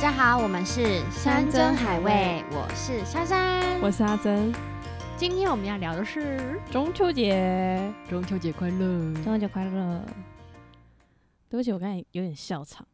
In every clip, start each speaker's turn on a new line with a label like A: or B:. A: 家好，我们是山珍海味，我是珊珊。
B: 我是阿珍，
A: 今天我们要聊的是
B: 中秋节，
A: 中秋节快乐
B: 中秋节快乐！对不起，我刚才有点笑场，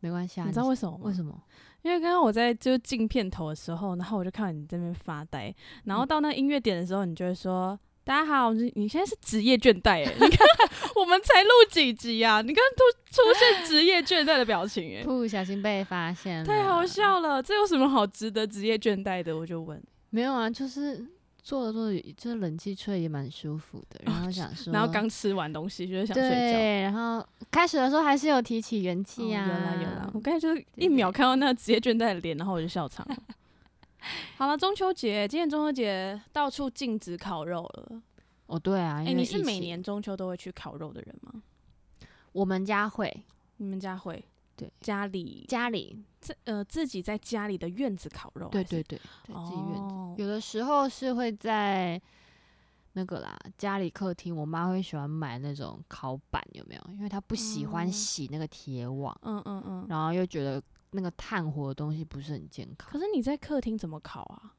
A: 没关系啊，
B: 你知道为什么吗？
A: 为什么？
B: 因为刚刚我在就进片头的时候，然后我就看到你这边发
A: 嗯
B: 呆，然后到那音乐点的时候，你就会说。大家好，我是你现在是职业倦怠哎、你看 我们才录几集啊，你刚刚都出现职业倦怠的表情哎、
A: 不小心被发现了，
B: 太好笑了，这有什么好值得职业倦怠的？我就问，
A: 没有啊，就是坐着坐着，就是冷气吹也蛮舒服的。然后想说，
B: 哦然后刚吃完东西就是想睡觉，
A: 对，然后开始的时候还是有提起元气啊，
B: 哦有啦有啦，我刚才就是一秒看到那职业倦怠的脸，然后我就笑场了。 好了，中秋节，今年中秋节到处禁止烤肉了。
A: 哦，对啊，
B: 哎、
A: 因为
B: 你是
A: 疫
B: 每
A: 情
B: 年中秋都会去烤肉的人吗？
A: 我们家会
B: 你们家会？
A: 对，
B: 家里
A: 家里，
B: 自呃自己在家里的院子烤肉。
A: 对
B: 还是
A: 对，对，对自己院子。
B: 哦
A: 有的时候是会在那个啦，家里客厅，我妈会喜欢买那种烤板，有没有？因为她不喜欢
B: 哦
A: 洗那个铁网，
B: 嗯嗯嗯。
A: 然后又觉得那个炭火的东西不是很健康
B: 可。是你在客厅怎么烤啊？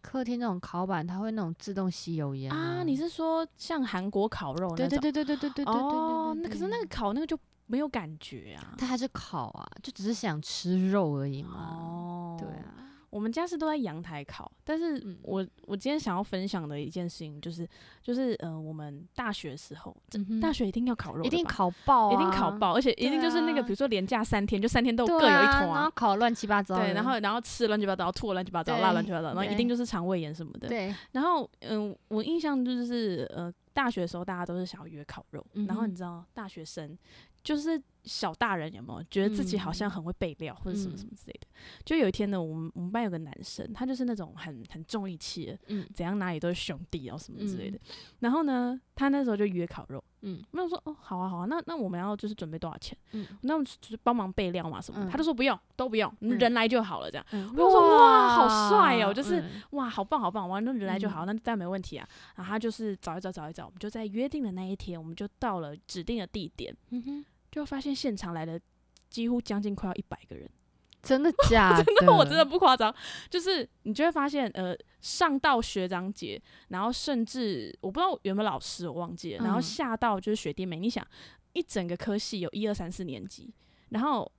A: 客厅那种烤板，它会那种自动吸油烟
B: 啊，你是说像韩国烤肉那种？
A: 对对对对对对对对对
B: 哦，
A: 对
B: 那
A: 对
B: 可是那个烤那个就没有感觉啊。
A: 它还是烤啊，就只是想吃肉而已嘛。
B: 哦，
A: 对啊，
B: 我们家是都在阳台烤，但是
A: 嗯
B: 我、我今天想要分享的一件事情就是，就是呃，我们大学的时候，这
A: 嗯哼
B: 大学一定要烤肉的吧，
A: 一定烤爆啊，
B: 一定烤爆，而且一定就是那个，
A: 对啊
B: 比如说连假三天，就三天都
A: 对啊，
B: 各有一坨
A: 然后
B: 啊、
A: 烤乱七八糟的，
B: 对，然后然后吃乱七八糟，吐乱七八糟，
A: 对
B: 辣乱七八糟，然后一
A: 对
B: 定就是肠胃炎什么的。
A: 对，
B: 然后嗯、我印象就是呃，大学的时候大家都是想要约烤肉，
A: 嗯哼
B: 然后你知道大学生就是小大人有没有觉得自己好像很会备料或者什么
A: 嗯
B: 什么之类的？就有一天呢，我们我们班有个男生，他就是那种很很重义气的，
A: 嗯
B: 怎样哪里都是兄弟哦什么之类的。
A: 嗯
B: 然后呢，他那时候就约烤肉，
A: 嗯
B: 我想说哦好啊好啊，那那我们要就是准备多少钱？
A: 嗯
B: 那我们就是帮忙备料嘛什么的，
A: 嗯
B: 他就说不用都不用，
A: 嗯
B: 人来就好了这样。
A: 嗯，
B: 我说哇好帅哦就是
A: 嗯
B: 哇，好棒好棒，完了人来就好，那当然没问题啊。然后他就是找一找找一找，我们就在约定的那一天，我们就到了指定的地点，
A: 嗯哼
B: 就发现现场来了几乎将近快要一百个 人，嗯
A: 真的假的？
B: 那 我真的不夸张，就是你就会发现，呃，上到学长姐，然后甚至我不知道有没有老师，我忘记了，然后
A: 嗯
B: 下到就是学弟妹，你想一整个科系有一二三四年级，然后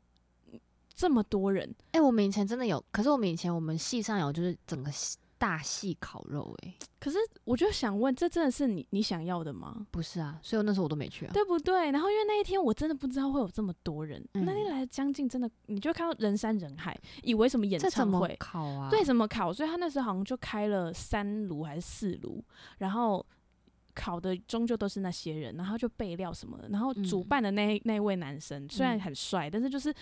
B: 嗯这么多人，
A: 哎、我们以前真的有，可是我们以前我们系上有就是整个系大系烤肉、欸，哎，
B: 可是我就想问，这真的是你你想要的吗？
A: 不是啊，所以我那时候我都没去啊。
B: 对不对？然后因为那一天我真的不知道会有这么多人，那
A: 嗯
B: 天来将近真的，你就看到人山人海，以为什么演
A: 这怎
B: 唱
A: 么
B: 会，
A: 烤啊？
B: 对，怎么烤？所以他那时候好像就开了三炉还是四炉，然后烤的终究都是那些人，然后就备料什么的，然后主
A: 嗯
B: 办的那那位男生虽然
A: 嗯
B: 很帅，但是就是。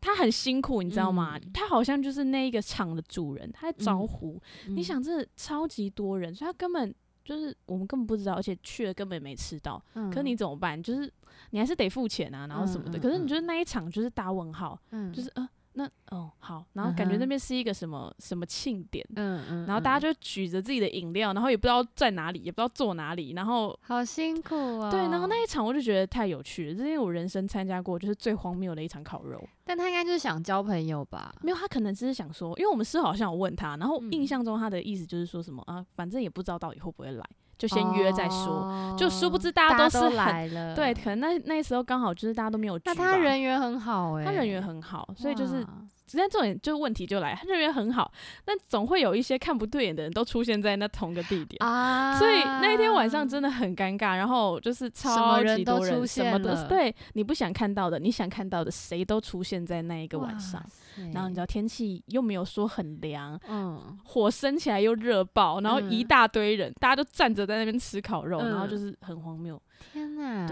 B: 他很辛苦，你知道吗？
A: 嗯
B: 他好像就是那一个场的主人，他在招
A: 嗯
B: 呼，
A: 嗯
B: 你，想，这超级多人，所以他根本就是我们根本不知道，而且去了根本也没吃到。
A: 嗯
B: 可你，怎么办？就是你还是得付钱啊，然后什么的。
A: 嗯嗯
B: 可是你觉得那一场就是大问号，
A: 嗯
B: 就是，呃，那哦好，然后感觉
A: 嗯
B: 那
A: 哼
B: 边是一个什么什么庆典，
A: 嗯嗯，
B: 然后大家
A: 就
B: 就举着自己的饮料，然后也不知道在哪里，也不知道坐哪里，然后。
A: 好辛苦啊、
B: 对，然后那，一场我就觉得太有趣了，这是因为我人生参加过就是最荒谬的一场烤肉。
A: 但他应该就是想交朋友吧？
B: 没有，他可能只是想说，因为我们事后好像有问他，然后
A: 嗯
B: 印象中他的意思就是说什么啊，反正也不知道到底会不会来，就先约再说。就殊不知大家
A: 哦家
B: 都是很
A: 来了，
B: 对，可能那那时候刚好就是大家都没有去
A: 那
B: 吧。
A: 他人缘很好哎、
B: 他人缘很好，所以就是，
A: 哇
B: 但重点就是问题就来，他人缘很好，但总会有一些看不对眼的人都出现在那同个地点。
A: 啊，
B: 所以那一天晚上真的很尴尬，然后就是超
A: 么人
B: 级
A: 都
B: 多人，
A: 出
B: 什么
A: 现
B: 都
A: 了
B: 对你不想看到的，你想看到的，谁都出现在那一个晚上。，然后你知
A: 道，
B: 道天气又没有说很凉，
A: 嗯，
B: 火升起来又热爆，然后一
A: 嗯
B: 大堆人，大家都站着在那边吃烤肉，然后
A: 嗯
B: 就是很荒谬。
A: 天呐，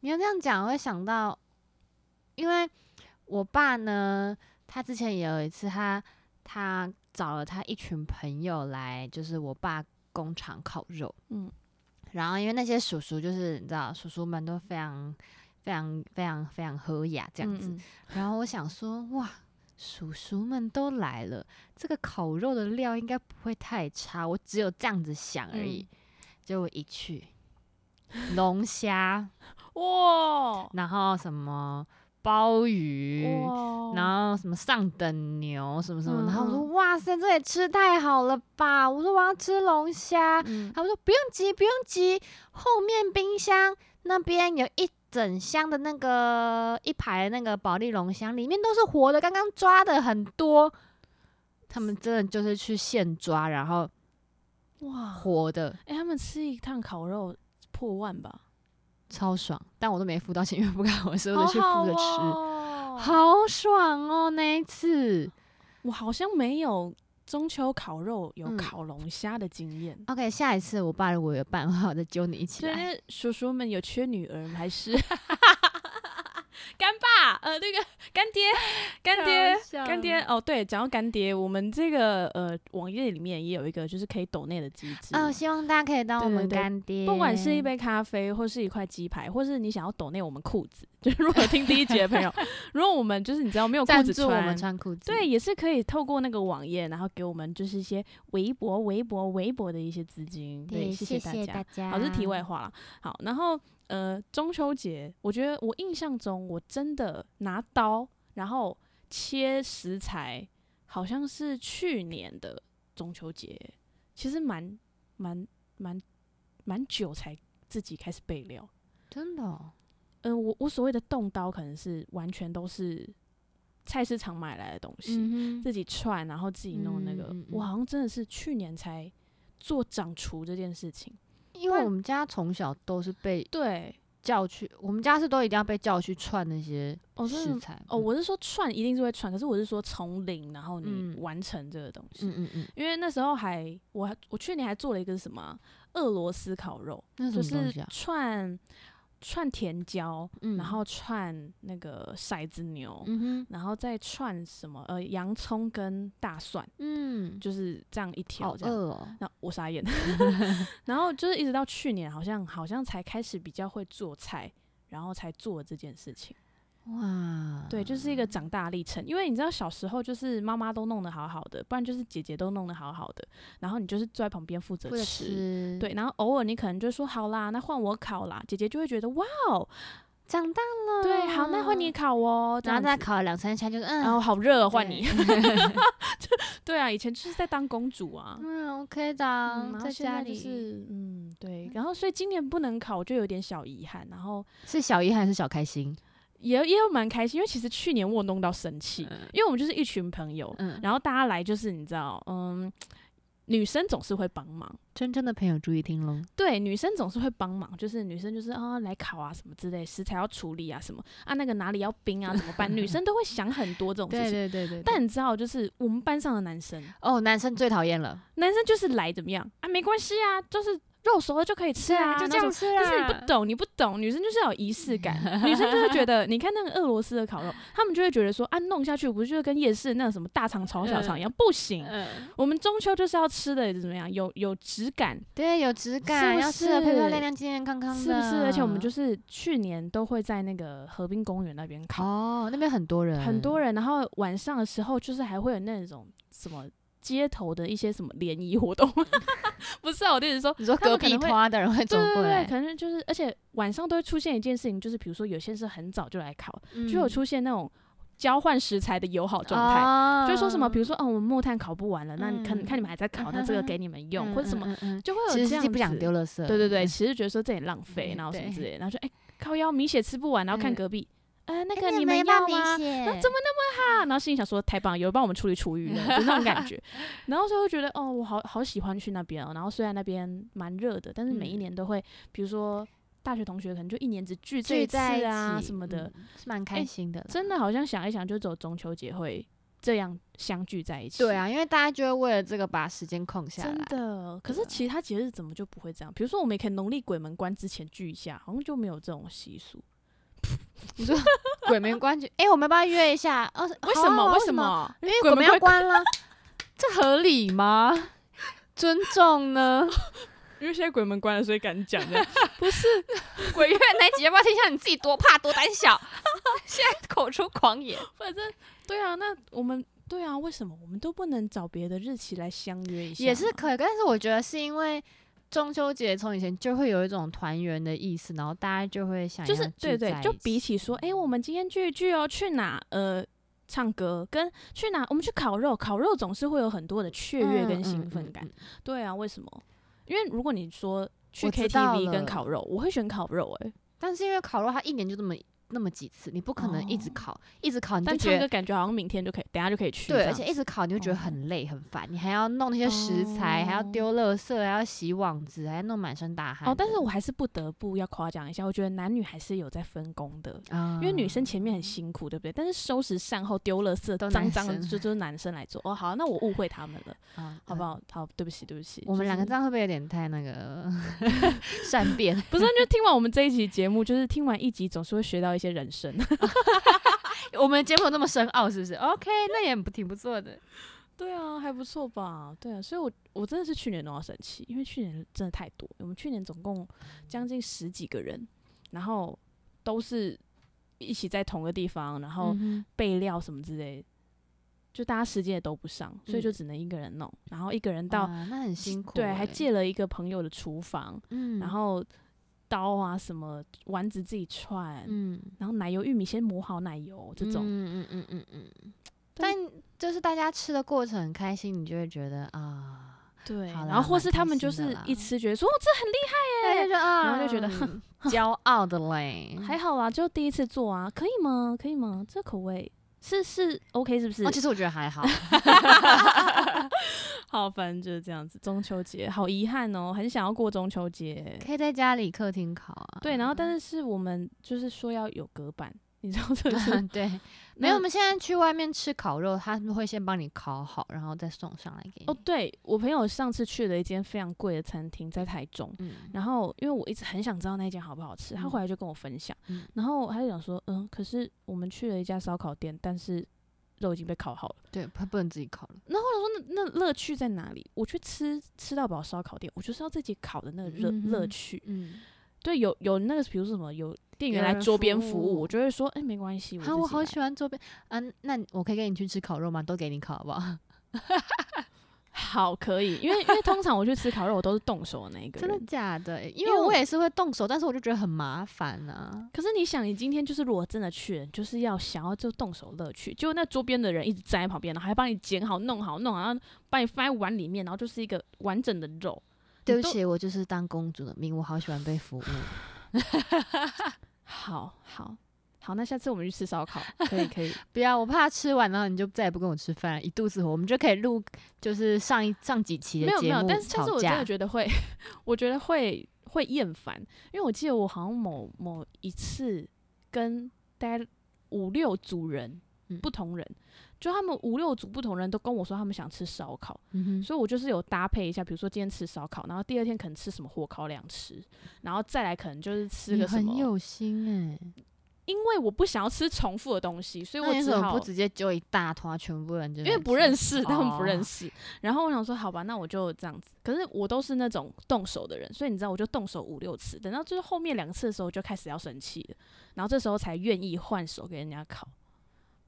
A: 你要这样讲，我会想到，因为我爸呢，他之前也有一次他，他找了他一群朋友来，就是我爸工厂烤肉，
B: 嗯
A: 然后因为那些叔叔就是你知道，叔叔们都非常非常非常非常和雅这样子，
B: 嗯
A: 然后我想说，哇。叔叔们都来了，这个烤肉的料应该不会太差，我只有这样子想而已。
B: 嗯
A: 结果我一去，龙虾，
B: 嗯哇，
A: 然后什么鲍鱼，
B: 哇
A: 然后什么上等牛什么什么，
B: 嗯
A: 然后我说
B: 嗯
A: 哇塞，这也吃太好了吧！我说我要吃龙虾，
B: 嗯
A: 他们说不用急，不用急，后面冰箱那边有一整箱的那个一排那个保利龙虾，里面都是活的，刚刚抓的很多。他们真的就是去现抓，然后
B: 哇，
A: 活的
B: 哎、他们吃一趟烤肉破万吧，
A: 超爽，但我都没付到钱，因为不干我的事，我
B: 好
A: 就去
B: 好
A: 付着吃，
B: 哦
A: 好爽哦！那一次
B: 我好像没有中秋烤肉有
A: 嗯
B: 烤龙虾的经验。
A: ，OK，下一次我爸如果有办的话，我再揪你一起
B: 所以
A: 来。
B: 那叔叔们有缺女儿吗还 是干爸？呃，那个干爹，干爹，干爹。哦，对，讲到干爹，我们这个呃网页里面也有一个就是可以抖内的机制。
A: 哦，希望大家可以当我
B: 对对
A: 们
B: 对
A: 干爹，
B: 不管
A: 嗯
B: 是一杯咖啡，或是一块鸡排，或是你想要抖内我们裤子， 就是如果有听第一集的朋 友，如果我们就是你知道没有裤
A: 赞
B: 子
A: 助我们穿裤子，
B: 对，也是可以透过那个网页，然后给我们就是一些微薄、微薄、微薄的一些资金。对，
A: 对，
B: 谢
A: 谢
B: 大家。
A: 家
B: 好，这是题外话了。好，然后呃，中秋节，我觉得我印象中我真的拿刀然后切食材，好像是去年的中秋节，其实蛮蛮蛮蛮久才自己开始备料。
A: 真的、哦，
B: 嗯、我我所谓的动刀，可能是完全都是菜市场买来的东西。
A: 嗯哼，
B: 自己串，然后自己弄那个。
A: 嗯嗯嗯
B: 我好像真的是去年才做掌厨这件事情。
A: 因为我们家从小都是被
B: 对，
A: 叫去，我们家是都一定要被叫去串那些
B: 哦，真
A: 食
B: 的。
A: 材。嗯
B: 哦，我是说串一定是会串，可是我是说从零，然后你
A: 嗯
B: 完成这个东西。
A: 嗯嗯嗯，
B: 因为那时候还我还我去年还做了一个什么啊俄罗斯烤肉，
A: 那
B: 就
A: 什么
B: 是
A: 东西啊？
B: 串串甜椒，
A: 嗯
B: 然后串那个骰子牛，
A: 嗯哼，
B: 然后再串什么呃洋葱跟大蒜，
A: 嗯，
B: 就是这样一条
A: 好
B: 这样。
A: 饿哦，
B: 那 我傻眼，然后就是一直到去年，好像好像才开始比较会做菜，然后才做这件事情。
A: 哇，
B: 对，就是一个长大历程。因为你知道小时候就是妈妈都弄得好好的，不然就是姐姐都弄得好好的，然后你就是坐在旁边负责
A: 或者
B: 吃。
A: 吃，，
B: 对，然后偶尔你可能就说好啦，那换我烤啦，姐姐就会觉得哇哦，
A: 长大了，
B: 对，好，那换你，烤哦，这
A: 嗯然
B: 样
A: 后再
B: 子，
A: 烤了两三下，就是嗯，
B: 然后好热哦，换
A: 对
B: 你，， 对啊，以前就是在当公主啊，
A: 嗯，OK 的
B: 嗯，
A: 啊，
B: 然后
A: 在
B: 现
A: 家
B: 在就
A: 里
B: 是嗯，对，然后所以今年不能考，就有点小遗憾，然后
A: 是小遗憾还是小开心？
B: 也也有蛮开心，因为其实去年我弄到生气，
A: 嗯
B: 因为我们就是一群朋友，
A: 嗯，
B: 然后大家来就是你知道，嗯，女生总是会帮忙，
A: 真正的朋友注意听喽，
B: 对，女生总是会帮忙，就是女生就是啊来烤啊什么之类，食材要处理啊什么啊那个哪里要冰啊怎么办，女生都会想很多这种事
A: 对
B: 情。
A: 对对对，
B: 但你知道，就是我们班上的男生，
A: 哦，男生最讨厌了。
B: 男生就是来怎么样啊，没关系啊，就是肉熟了就可以吃啊，
A: 就
B: 那
A: 这
B: 种
A: 样吃啦。
B: 但是你不懂，你不懂，女生就是要有仪式 感，女生就会觉得，你看那个俄罗斯的烤肉，他们就会觉得说，啊，弄下去不是就跟夜市那个什么大肠炒小肠一样，不行。
A: 嗯，
B: 我们中秋就是要吃的怎么样，有有质感，
A: 对，有质
B: 是
A: 感，
B: 不
A: 要吃的漂漂
B: 是
A: 亮亮、健健康康的，
B: 是不是？而且我们就是去年都会在那个河滨公园那边烤，
A: 哦，那边很多人，
B: 很多人，然后晚上的时候就是还会有那种什么街头的一些什么联谊活动， 不是啊，我的意思是说
A: 你说
B: 他
A: 隔
B: 们可
A: 壁
B: 能会
A: 花的人会走
B: 对对
A: 过
B: 对，
A: 来，
B: 可能就是，而且晚上都会出现一件事情，就是比如说有些是很早就来烤，就有
A: 嗯
B: 出现那种交换食材的友好状态。
A: 哦
B: 就会说什么，比如说，哦，我们木炭烤不完了，那你看
A: 嗯
B: 看你们还在烤，那这个给你们用，或者什么，，
A: 嗯嗯嗯嗯
B: 就会有
A: 其
B: 这
A: 实
B: 样
A: 自己不想
B: 子
A: 丢垃圾，
B: 对对对，，其实觉得说这里浪费，
A: 嗯
B: 然后什么
A: 对
B: 之类的，然后说，哎，靠腰米血吃不完，然后看
A: 嗯
B: 隔壁，呃，那
A: 哎
B: 个你们
A: 们
B: 要吗？
A: 那
B: 怎么啊，然后心里想说太棒，有人帮我们处理厨余了，就那种 感觉。然后所以会觉得哦，我好好喜欢去那边哦。然后虽然那边蛮热的，但是每一
A: 嗯
B: 年都会，比如说大学同学可能就一年只聚这一
A: 聚
B: 次
A: 在一
B: 啊
A: 起
B: 什么的，，
A: 嗯是蛮开
B: 哎
A: 心的啦。
B: 真的好像想一想，就走中秋节会这样相聚在一起。
A: 对。啊，因为大家就会为了这个把时间空下
B: 真
A: 来，
B: 的，可是
A: 对啊
B: 其他节日怎么就不会这样？比如说，我们也可以农历鬼门关之前聚一下，好像就没有这种习俗。
A: 鬼门关就哎，我们要不要约一下？哦，
B: 为
A: 好
B: 什
A: 啊
B: 么？
A: 为
B: 什？么？
A: 因为鬼
B: 鬼门
A: 门要关了， 这合理吗？尊重呢？
B: 因为现在鬼门关了，所以敢讲 这样。
A: 鬼月那集要不要听一下你自己多怕多胆小？ 现在口出狂言，
B: 反正对啊，那我们对啊，为什么我们都不能找别的日期来相约一下？
A: 也是可以，但是我觉得是因为中秋节从以前就会有一种团圆的意思，然后大家就会想
B: 就
A: 要
B: 是
A: 聚
B: 对对
A: 在，
B: 就
A: 一
B: 比起说，哎、我们今天聚一聚哦，去哪？呃，唱歌跟去哪？我们去烤肉，烤肉总是会有很多的雀跃
A: 嗯
B: 跟
A: 嗯
B: 兴奋
A: 嗯
B: 感。
A: 嗯
B: 对啊，为什么？因为如果你说去
A: 我知道
B: KTV 跟
A: 了
B: 烤肉，我会选烤肉、哎，
A: 但是因为烤肉，它一年就这么那么几次，你不可能一直
B: 哦
A: 烤，一直烤你就
B: 但
A: 觉
B: 唱歌
A: 得
B: 感觉好像明天就可以，等一下就可以去这
A: 对，
B: 样。
A: 而且一直烤你就觉得
B: 哦
A: 很累很烦，你还要弄那些食材，还要
B: 哦
A: 丢垃圾，还要洗网子，还要弄满身大汗的。
B: 哦，但是我还是不得不要夸奖一下，我觉得男女还是有在分工的。
A: 啊，
B: 因为女生前面很辛苦，对不对？但是收拾善后、丢垃圾
A: 都、
B: 脏
A: 男
B: 脏的，
A: 生
B: 就就是男生来做。哦，好，那我误会他们了，
A: 啊
B: 好不？
A: 嗯
B: 好？好，对不起，对不起。
A: 我们两个
B: 就是
A: 这样会不会有点太那个 善变？
B: 不是，啊就听完我们这一集节目，就是听完一集总是会学到一些人生。
A: 我们节目有那么深奥是不是？OK，那也不挺不错的。
B: 对啊，还不错吧？对啊，所以我我真的是去年都要生气，因为去年真的太多。我们去年总共将近十几个人，然后都是一起在同个地方，然后
A: 嗯
B: 备料什么之类的，就大家时间也都不上，所以就
A: 嗯
B: 只能一个人弄，然后一个人
A: 哼
B: 到
A: 哇那很辛苦欸，
B: 对，还借了一个朋友的厨房，
A: 嗯，
B: 然后刀啊什么丸子自己串，
A: 嗯
B: 然后奶油玉米先磨好奶油这种，
A: 嗯嗯嗯嗯嗯嗯。但
B: 但
A: 就是大家吃的过程很开心，你就会觉得啊，
B: 对，
A: 好
B: 然
A: 啦
B: 后或
A: 蛮
B: 是
A: 开
B: 他
A: 心
B: 们就
A: 的
B: 是
A: 啦
B: 一吃觉得说哦这很
A: 大家
B: 厉
A: 就啊，
B: 然后就觉得
A: 嗯 骄傲的嘞
B: 害，。还好啦，就第一次做啊，可以吗？可以吗？这口味是是 OK 是不 是？
A: 哦，其实我觉得还好，
B: 好，反正就是这样子。中秋节好遗憾哦，很想要过中秋节，
A: 可以在家里客厅烤啊。
B: 对，然 后但是是我们就是说要有隔板，你知道这 个是
A: 对，没有，
B: 那
A: 我们现在去外面吃烤肉，他们会先帮你烤好，然后再送上来给你。
B: 哦，对我朋友上次去了一间非常贵的餐厅，在台中。
A: 嗯，
B: 然后，因为我一直很想知道那间好不好吃，他
A: 嗯
B: 回来就跟我分享，
A: 嗯
B: 然后他就讲说，嗯，可是我们去了一家烧烤店，但是肉已经被烤好了。
A: 对，他不能自己烤了，
B: 然后我想说那，那乐趣在哪里？我去吃吃到饱烧烤店，我就是要自己烤的那个乐、
A: 嗯哼
B: 乐趣。
A: 嗯，
B: 对，有有那个，比如说什么，有店员
A: 有
B: 来
A: 人
B: 桌边
A: 服
B: 服务，
A: 务
B: 我就会说，哎、没关系，我
A: 啊，我好
B: 欢。
A: 喜欢周边，嗯，那我可以跟你去吃烤肉吗？都给你烤好不好？
B: 好，可以， 因为因为通常我去吃烤肉，我都是动手的那一 个
A: 真的
B: 人。
A: 假的？因
B: 因为
A: 为我
B: 我
A: 也是会动手，但是我就觉得很麻烦啊。
B: 可是你想，你今天就是如果真的去了，你就是要想要就动手乐趣，结果那桌边的人一直站在旁边，然后还帮你剪好、弄好、弄好，然后把你放在碗里面，然后就是一个完整的肉。
A: 对
B: 你
A: 不
B: 都
A: 起，我就是当公主的命，我好喜欢被服务。
B: 好好好，那下次我们去吃烧烤，可以可以。
A: 不要，我怕吃完然后你就再也不跟我吃饭，一肚子火，我们就可以录就是上一上几期的
B: 没有没
A: 节
B: 有，
A: 目
B: 但是但是
A: 吵
B: 我真
A: 架
B: 的。觉得会， 我觉得会会厌烦，因为我记得我好像某某一次跟大概五六组人
A: 嗯
B: 不同人，就他们五六组不同人都跟我说他们想吃烧烤，
A: 嗯哼
B: 所以我就是有搭配一下，比如说今天吃烧烤，然后第二天可能吃什么火烤两吃，然后再来可能就是吃
A: 你
B: 个什
A: 很
B: 么，
A: 有心哎、
B: 因为我不想要吃重复的东西，所以
A: 那
B: 我
A: 你
B: 只
A: 怎么
B: 好
A: 不直接揪一大坨啊全部人就？
B: 因为不认，识，他们
A: 哦
B: 不认识。然后我想说，好吧，那我就这样子。可是我都是那种动手的人，所以你知道，我就动手五六次，等到就是后面两次的时候，我就开始要生气了，然后这时候才愿意换手给人家烤。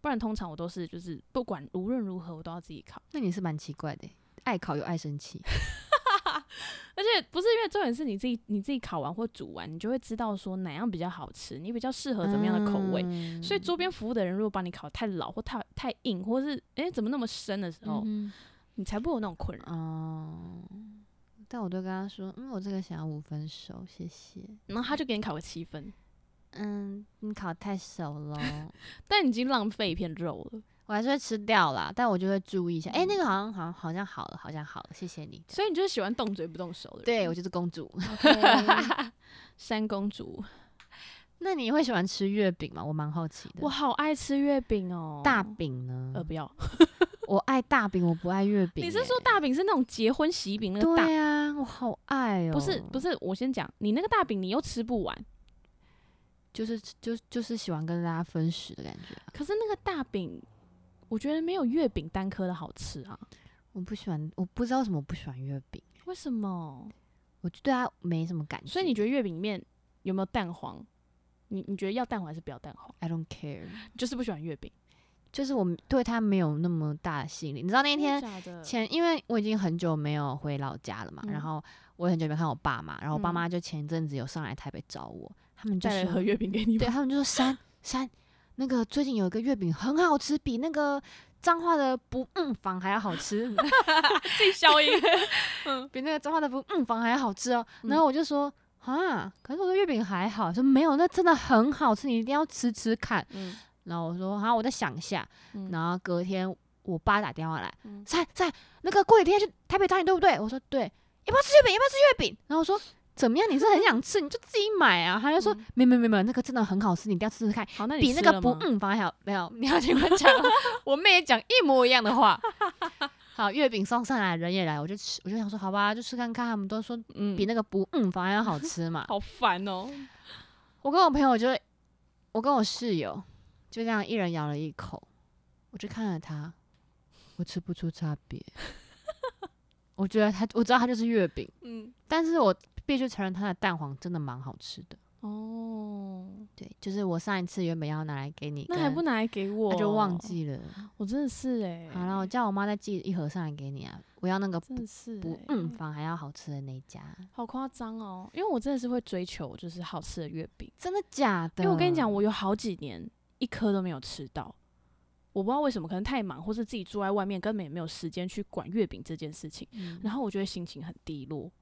B: 不然通常我都是就是不管无论如何我都要自己烤，
A: 那你是蛮奇怪的欸、爱烤又爱生气。
B: 而且不是因为重点是你自己你自己烤完或煮完，你就会知道说哪样比较好吃，你比较适 合怎么样的口味。
A: 嗯
B: 所以桌边服务的人如果把你烤太老或太太硬，或是诶、怎么那么深的时候，
A: 嗯
B: 你才不会有那种困扰
A: 哼。哦、但我都跟他说，嗯，我这个想要五分熟，谢谢。
B: 然后他就给你烤个七分，
A: 嗯，你烤太熟喽。
B: 但已经浪费一片肉了。
A: 我还是会吃掉啦，但我就会注意一下。哎、那个好像好像好像好了，好像好了，谢谢你。
B: 所以你就是喜欢动嘴不动手的人。
A: 对我就是公主。
B: OK 三公主，
A: 那你会喜欢吃月饼吗？我蛮好奇的。
B: 我好爱吃月饼哦，
A: 大饼呢？
B: 呃不要，
A: 我爱大饼，我不爱月饼欸、
B: 你是说大饼是那种结婚喜饼那个大？
A: 对啊，我好爱哦、
B: 不是不
A: 是，
B: 是，我先讲，你那个大饼你又吃不完，
A: 就是就就是喜欢跟大家分食的感觉啊、
B: 可是那个大饼，我觉得没有月饼单颗的好吃啊。
A: 我不喜欢，我不知道为什么我不喜欢月饼，
B: 为什么？
A: 我就对它没什么感觉。
B: 所以你觉得月饼里面有没有蛋黄？你你觉得要蛋黄还是不要蛋黄？
A: I don't care，
B: 就是不喜欢月饼。
A: 就是我对它没有那么大的吸引力。你知道那
B: 那
A: 天
B: 假的？
A: 前因为我已经很久没有回老家了嘛，
B: 嗯
A: 然后我也很久没看我爸妈，然后我爸
B: 嗯
A: 妈就前一阵子有上来台北找我，他们就
B: 带了
A: 说
B: 盒月饼给你
A: 对
B: 们，
A: 他们就说山山，那个最近有一个月饼很好吃，比那个彰化的不嗯坊还要好吃，
B: 自 己消音。
A: 比那个彰化的不嗯坊还要好吃哦。
B: 嗯
A: 然后我就说啊，可是我的月饼还好，说没有，那真的很好吃，你一定要吃吃看。
B: 嗯，
A: 然后我说好，我再想一下。
B: 嗯
A: 然后隔天我爸打电话来
B: 嗯，
A: 在在那个过几天去台北找你对不对？我说对，要不要吃月饼？要不要吃月饼？然后我说。怎么样？你是很想吃，你就自己买啊！他就说
B: 嗯
A: 没有没有没有没有，那个真的很好吃，你一定要试试看。
B: 好，那你
A: 比那
B: 吃
A: 个
B: 了
A: 不
B: 吗
A: 嗯房还好，没有，你要听我讲，我妹也讲一模一样的 话。好，月饼送上来，人也来，我就吃，我就想说，好吧，就吃看看。他们都说
B: 嗯
A: 比那个不嗯房还要好吃嘛。
B: 好烦哦、
A: 我跟我朋友就，我跟我室友就这样一人咬了一口，我就看了他，我吃不出差别。 我觉得他，我知道他就是月饼，
B: 嗯，
A: 但是我必须承认他的蛋黄真的蛮好吃的。
B: 哦，
A: 对，就是我上一次原本要拿来给你跟，
B: 那还不拿来给我？
A: 他就忘，记了。
B: 我真的是哎、
A: 好了，我叫我妈再寄一盒上来给你啊！我要那个
B: 真的是、欸、
A: 不嗯房还要好吃的那一家，
B: 好夸张哦，因为我真的是会追求就是好吃的月饼，
A: 真的假的？
B: 因为我跟你讲，，我有好几年一颗都没有吃到，我不知道为什么，可能太忙，或是自己住在外面，根本也没有时间去管月饼这件事情，
A: 嗯
B: 然后我就会心情很低落。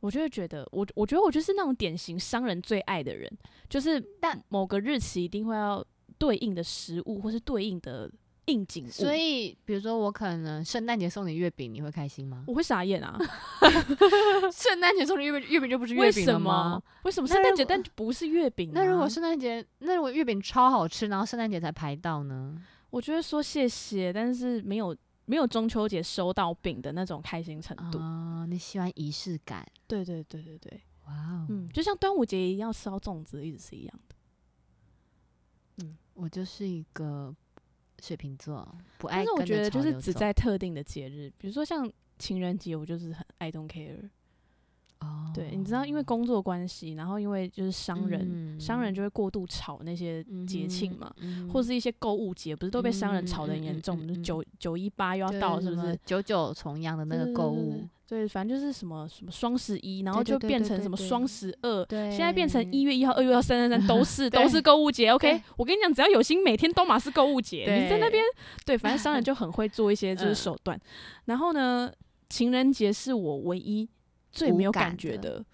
B: 我就会觉得，我我觉得我就是那种典型商人最爱的人，就是
A: 但
B: 某个日期一定会要对应的食物或是对应的应景物，
A: 所以比如说我可能圣诞节送你月饼，你会开心吗？
B: 我会傻眼啊！
A: 圣诞节送你月饼，月饼就不是
B: 为
A: 月饼
B: 什
A: 了
B: 么
A: 吗？？
B: 为什么
A: 那
B: 圣诞
A: 如
B: 节
A: 果
B: 但不是月嗯饼啊、
A: 那如果圣诞节，那如果月饼超好吃，然后圣诞节才排到呢？
B: 我就会说谢谢，但是没有没有中秋节收到饼的那种开心程度。
A: 啊，你喜欢仪式感，
B: 对对对对对，
A: 哇哦！
B: 嗯，就像端午节一样烧粽子，一直是一样的。
A: 我就是一个水瓶座，不爱
B: 但是我
A: 跟
B: 觉
A: 着
B: 得
A: 潮
B: 就是
A: 流
B: 只
A: 走
B: 在特定的节日，比如说像情人节，我就是很 I don't care。
A: 哦，嗯
B: 对，你知道，因为工作关系，然后因为就是商人，商人就会过度炒那些节庆嘛。
A: 嗯哼，
B: 或是一些购物节，不是都被商人炒得
A: 嗯
B: 很
A: 嗯嗯
B: 严
A: 嗯
B: 重？
A: 嗯
B: 就是
A: 嗯
B: 九九一八又要到了，是不是？？
A: 九九重阳的那
B: 对
A: 个
B: 对
A: 购
B: 对
A: 物，
B: 对，反正就是什么什么双十一，然后
A: 对对
B: 就
A: 对
B: 变
A: 对
B: 成
A: 对
B: 什么
A: 对
B: 双十二，
A: 对，
B: 现在变成一月一号、二月二、三三 三都是都
A: 对
B: 是购物节。OK，
A: 对
B: 我跟你讲，只要有心，每天都马是购物节。你在那
A: 对
B: 边对，反正商人就很会做一些就是
A: 嗯
B: 手段。然后呢，情人节是我唯一最没
A: 无
B: 有感
A: 感
B: 觉
A: 的
B: 的，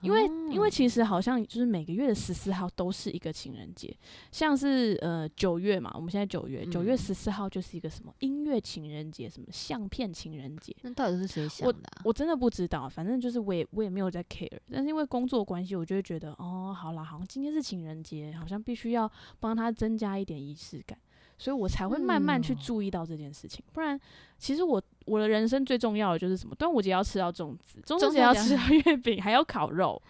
B: 因为、因为
A: 哦
B: 其实好像就是每个月的十四号都是一个情人节，像是呃九月嘛，我们现在九月，九、月
A: 嗯
B: 十四号就是一个什么音乐情人节，什么相片情人节。
A: 那到底是谁想的啊、
B: 我真的不知道，反正就是我也我也没有在 care，但是因为工作关系，我就会觉得哦，好啦，好像今天是情人节，好像必须要帮他增加一点仪式感，所以我才会慢慢去
A: 嗯
B: 注意到这件事情。不然，其实我我的人生最重要的就是什么？端午节要吃到粽子，中秋
A: 中
B: 节
A: 秋
B: 要
A: 节
B: 吃到月饼，还要烤肉，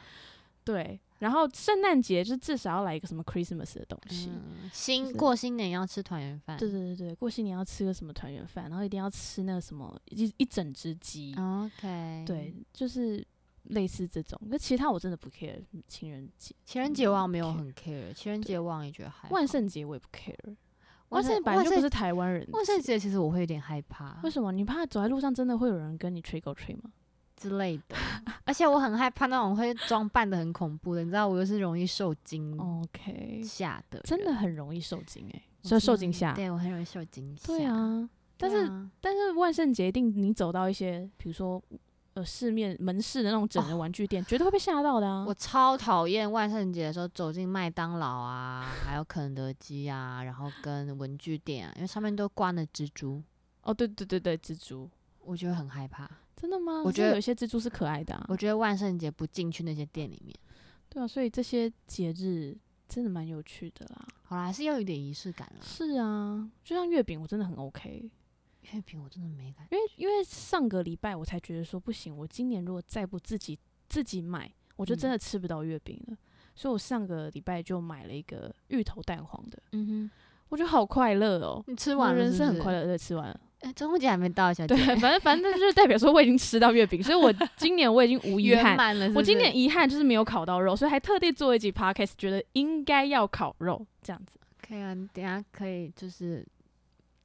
B: 对。然后圣诞节就至少要来一个什么 Christmas 的东西，
A: 嗯，新
B: 是
A: 过新年要吃团圆饭，
B: 对对对对，过新年要吃个什么团圆饭，然后一定要吃那个什么一一整只鸡，
A: ，OK，
B: 对，，就是类似这种。可其他我真的不 care，情人节、
A: 情人节我好像没有
B: care
A: 很 care，情人节我好像也觉得还好
B: 嗯万圣节我也不 care。
A: 哦万
B: 万圣
A: 圣
B: 本来
A: 万
B: 就不
A: 圣
B: 是台湾人的
A: 万圣
B: 事，
A: 节其实我会有点害怕
B: 为什么？你怕走在路上真的会有人跟你吹狗吹吗？
A: 之类 的，而且我很害怕那种会装扮的很恐怖的，你知道我又是容易受惊
B: OK，
A: 吓嗯的人，
B: 哦真的很容易受惊哎、
A: 我
B: 受
A: 真
B: 受
A: 的
B: 惊
A: 很
B: 吓。
A: 对我很容易受惊吓，
B: 对啊，
A: 对
B: 但是、
A: 啊
B: 但是万圣节一定你走到一些，比如说呃市面门市的那种整人玩具店，绝对会被吓到的
A: 哦
B: 啊
A: 我。超讨厌万圣节的时候走进麦当劳啊，还有肯德基啊，然后跟文具店、啊，因为上面都挂了蜘蛛，
B: 哦，对对对对，蜘蛛。
A: 我觉得很害怕。
B: 真的吗？
A: 我
B: 可是
A: 觉得
B: 有一些蜘蛛是可爱的、啊，
A: 我觉得万圣节不进去那些店里面，
B: 对啊，所以这些节日真的蛮有趣的啦。
A: 好啦，还是要有一点仪式感 啦。
B: 是啊，就像月饼，我真的很 OK，
A: 月饼我真的没感觉，
B: 因为因为上个礼拜我才觉得说不行，我今年如果再不自己自己买，我就真
A: 嗯
B: 的吃不到月饼了。所以我上个礼拜就买了一个芋头蛋黄的，
A: 嗯
B: 我觉得好快乐哦
A: 哼，。你吃
B: 我
A: 完了
B: 人生很快
A: 乐。
B: 乐，对，吃完了，
A: 哎、中秋节还没到，小
B: 对啊
A: 姐，，
B: 反正反正就是代表说我已经吃到月饼，所以我今年我已经无遗憾
A: 圆，满了是不是
B: 我今年遗憾就是没有烤到肉，所以还特地做了一集 podcast，觉得应该要烤肉这样子。
A: 可以啊，你等一下可以就是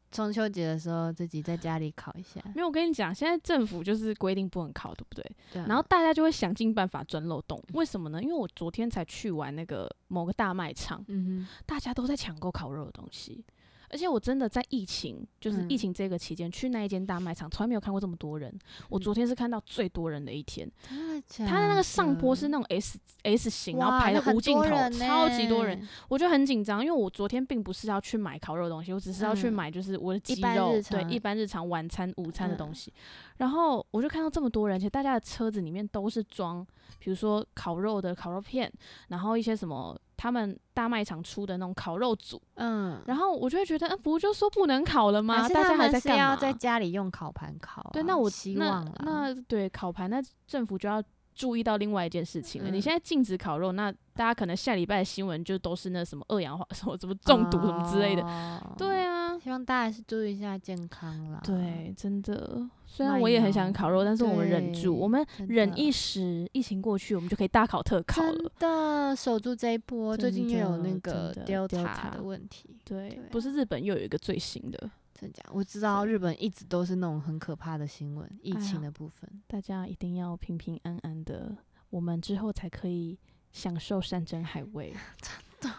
A: 中秋节的时候自己在家里烤一下。
B: 没有，我跟你讲，现在政府就是规定不能考，对不对？
A: 对啊、
B: 然后大家就会想尽办法钻漏洞，为什么呢？因为我昨天才去完那个某个大卖场，
A: 嗯哼，
B: 大家都在抢购烤肉的东西，而且我真的在疫情，就是
A: 嗯
B: 疫情这个期间、去那一间大卖场，从来没有看过这么多人。
A: 嗯
B: 我昨天是看到最多人的一天，
A: 真的假的？
B: 它的那个上坡是那种 S S 型，然后
A: 啊嗯哇
B: 排
A: 那
B: 的
A: 很
B: 无尽
A: 多
B: 头，
A: 人呢
B: 超级多人，，我就很紧张，因为我昨天并不是要去买烤肉的东西，我只是要去
A: 嗯
B: 买就是我的
A: 一
B: 鸡
A: 般
B: 肉，
A: 日
B: 对
A: 常
B: 一般日常晚餐、午餐的东
A: 嗯
B: 西。然后我就看到这么多人，而且大家的车子里面都是装，比如说烤肉的烤肉片，然后一些什么他们大卖场出的那种烤肉组，
A: 嗯，
B: 然后我就会觉得，嗯、不就说不能烤了吗？
A: 还是
B: 大
A: 他
B: 家还
A: 们
B: 在
A: 是
B: 干
A: 要
B: 嘛？
A: 在家里用烤盘烤啊、
B: 对，那我
A: 希
B: 那
A: 望啦
B: 那对烤盘，那政府就要注意到另外一件事情了。你
A: 嗯
B: 现在禁止烤肉，那大家可能下礼拜的新闻就都是那什么二氧化什么什么中毒什么之类的。
A: 哦
B: 对啊，
A: 希望大家还是注意一下健康啦。
B: 对，真的。虽
A: 麦
B: 然我也很想
A: 苗
B: 烤肉，但是我们忍住，
A: 对
B: 我们
A: 真的，
B: 忍一时，疫情过去，我们就可以大烤特烤了
A: 真。的守住这一波。最
B: 真
A: 近又有
B: 的
A: 那
B: 真
A: 个
B: 的
A: Delta
B: Delta
A: 的问题，
B: 对，
A: 对
B: 不是日本又有一个最新的，
A: 真假？我知道
B: 对
A: 日本一直都是那种很可怕的新闻，疫
B: 哎呀
A: 情的部分。
B: 大家一定要平平安安的，我们之后才可以享受山珍海味。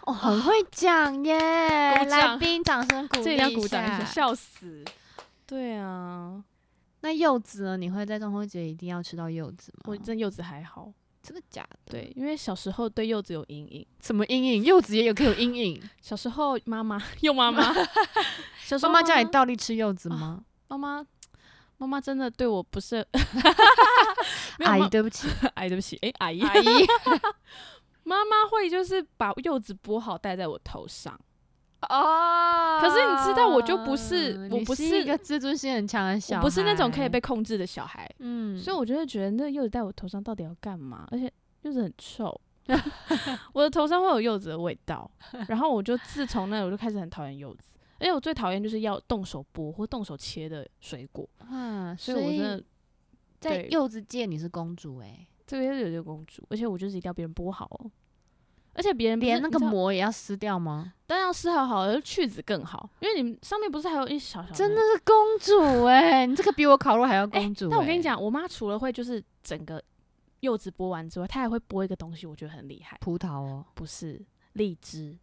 A: 哦，很会讲耶！来
B: 鼓掌
A: 宾掌声鼓 励
B: 这一定要鼓掌一下，
A: 下。
B: 笑死。对啊，
A: 那柚子呢？你会在中秋节一定要吃到柚子吗？
B: 我真柚子还好，
A: 真的假的？
B: 对，，因为小时候对柚子有阴影。
A: 什么阴影？柚子也有可以有阴影。
B: 小时候妈 妈又 妈妈，小时
A: 妈
B: 候
A: 妈叫你倒立吃柚子吗？
B: 妈妈妈妈真的对我不是， 没有
A: 阿姨，
B: 妈
A: 对不起，
B: 阿姨对不起，哎、 阿姨，
A: 阿姨。
B: 妈妈会就是把柚子剥好戴在我头上，
A: 哦
B: 可是你知道我就不是我
A: 你
B: 不
A: 一
B: 是
A: 个自尊心很强的小
B: 我
A: 孩，
B: 不是那种可以被控制的小孩，
A: 嗯，
B: 所以我就会觉得那柚子戴我头上到底要干嘛？而且柚子很 臭， 我的头上会有柚子的味道。然后我就自从那我就开始很讨厌柚子，而且我最讨厌就是要动手剥或动手切的水果，
A: 哇，
B: 所
A: 啊所
B: 以我真的
A: 在
B: 对
A: 柚子界你是公主哎、
B: 这边有这个公主，而且我就是一定要别人剥好哦。而且别人不是
A: 连那
B: 你
A: 个
B: 知道
A: 膜也要撕掉吗？
B: 当然要撕好好，而去籽更好，因为你们上面不是还有一小小
A: 真
B: 那
A: 的是公主哎、你这个比我烤肉还要
B: 哎
A: 公主、欸
B: 但我跟你，讲，我妈除了会就是整个柚子剥完之外，她还会剥一个东西，我觉得很厉害，
A: 葡萄哦，
B: 不是荔枝，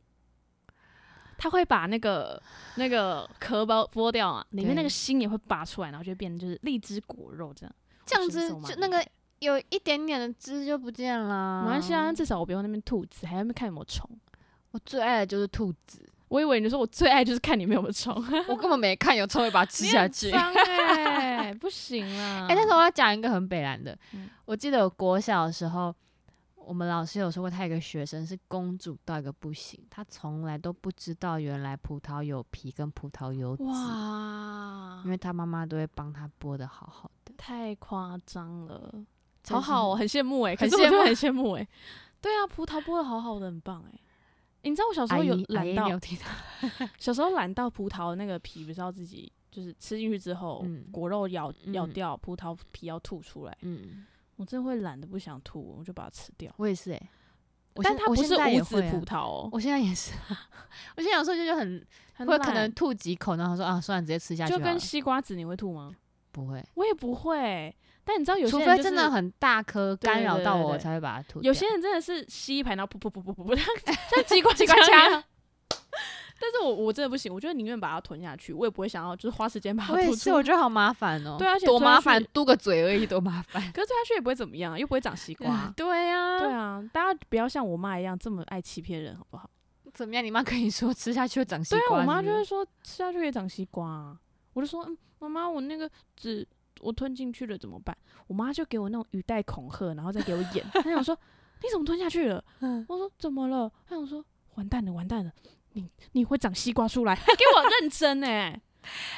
B: 她会把那个那个壳剥剥掉啊，里面
A: 对
B: 那个心也会拔出来，然后就变成就是荔枝果肉这样。
A: 这样
B: 我觉得
A: 子
B: 手蛮
A: 就
B: 厉
A: 那个
B: 害
A: 有一点点的汁就不见啦。
B: 没关系啊，至少我不用那边兔子，还要那边看有没有虫。
A: 我最爱的就是兔 子，
B: 我以为你说我最爱就是看里面有没有 虫，
A: 我根本没看有臭味把它吃下去。
B: 你 很脏哎、不行啦！
A: 哎、但是我要讲一个很北蓝的，
B: 嗯
A: 我记得我国小的时候，我们老师有说过，他有一个学生是公主到一个不行，她从来都不知道原来葡萄有皮跟葡萄有籽，
B: 哇
A: 因，为她妈妈都会帮她剥的好好的，
B: 太夸张了。
A: 真
B: 好
A: 是
B: 好、哦，很羡慕哎、可
A: 很
B: 是
A: 羡
B: 我就
A: 慕啊
B: 很羡慕 哎、对啊，葡萄剥的好好的，很棒哎、你知道我小时
A: 阿
B: 候有
A: 姨阿姨
B: 懒
A: 没
B: 到
A: 有，听 到，
B: 小时候懒到葡萄那个皮，不是要自己就是吃进去之后，
A: 嗯
B: 果肉咬咬
A: 嗯
B: 掉，葡萄皮要吐出来，
A: 嗯，
B: 我真的会懒得不想吐，我就把它吃掉。
A: 我也是哎、我
B: 但
A: 现
B: 它
A: 我
B: 不
A: 现
B: 是
A: 在也
B: 无籽
A: 会啊
B: 葡萄哦，
A: 我现在也是，啊我现在有时候就就很
B: 很
A: 会可能
B: 懒
A: 吐几口，然后说啊，算了，直接吃下去
B: 就
A: 好了
B: 跟西瓜籽，你会吐吗？
A: 不会，
B: 我也不会。但你知道有些
A: 除
B: 人、
A: 非
B: 就是、
A: 真的很大颗
B: 对
A: 干
B: 对
A: 扰
B: 对
A: 到
B: 对
A: 我，我
B: 对
A: 才会把它吐掉。
B: 有些人真的是吸一排，然后噗噗噗噗噗噗， 像像机 关
A: 机关
B: 枪一
A: 枪
B: 样。但是我我真的不行，我觉得宁愿把它吞下去，我也不会想要就是花时间把它
A: 我也
B: 吐
A: 是，
B: 出。
A: 我觉得好麻烦哦。
B: 对啊而且
A: 多
B: 吞下
A: 麻烦
B: 去，
A: 嘟个嘴而已，多麻 烦。。
B: 可是吞下去也不会怎么样，啊又不会长西瓜
A: 对啊，
B: 对啊，大家不要像我妈一样这么爱欺骗人，好不好？
A: 怎么样？你妈跟你说吃下去会长西
B: 对
A: 瓜？
B: 啊，我妈就
A: 不
B: 会说吃下去可以长西瓜、啊，我就说嗯，妈妈，我那个籽我吞进去了怎么办？我妈就给我那种语带恐吓，然后再给我演，她想说你怎么吞下去了？
A: 嗯
B: 我说怎么了？她想说完蛋了，完蛋了，你你会长西瓜出来， 她给我认真哎、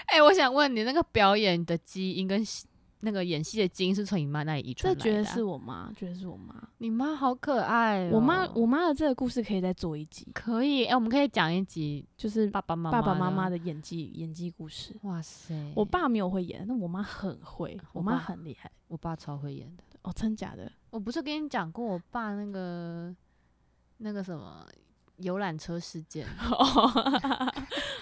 A: 哎、我想问你，那个表演的基因跟戏那个演戏的基因是从你妈那里遗传
B: 这
A: 来的、啊？
B: 绝对是我妈，绝对是我妈。
A: 你妈好可爱、哦。
B: 我妈我妈的这个故事可以再做一集，
A: 可以哎、我们可以讲一集
B: 就是
A: 爸爸妈妈
B: 爸爸妈妈
A: 的。
B: 的演技演技故事。
A: 哇塞，
B: 我爸没有会演，但我妈很会，我
A: 我
B: 妈
A: 爸
B: 很厉害。
A: 我爸超会演的。
B: 哦，真假的？
A: 我不是跟你讲过，我爸那个那个什么游览车事件，
B: 哦，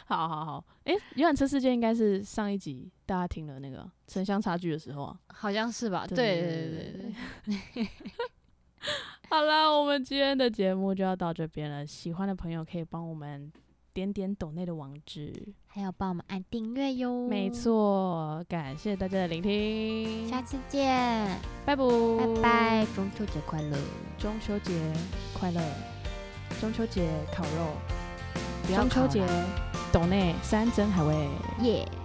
B: 好好好，诶，游览车事件应该是上一集大家听了那个城乡差距的时候啊。
A: 好像是吧？对
B: 对
A: 对
B: 对
A: 对
B: 对
A: 对对，
B: 好啦，我们今天的节目就要到这边了。喜欢的朋友可以帮我们点点抖内的网址。
A: 还有帮我们按订阅哟，
B: 没，错，感谢大家的聆听，
A: 下次见，
B: 拜拜，
A: 拜拜，中秋节快乐，
B: 中秋节快乐，中秋节烤肉，不要
A: 中秋
B: 烤啦
A: 节
B: 抖内山珍海味。
A: 耶。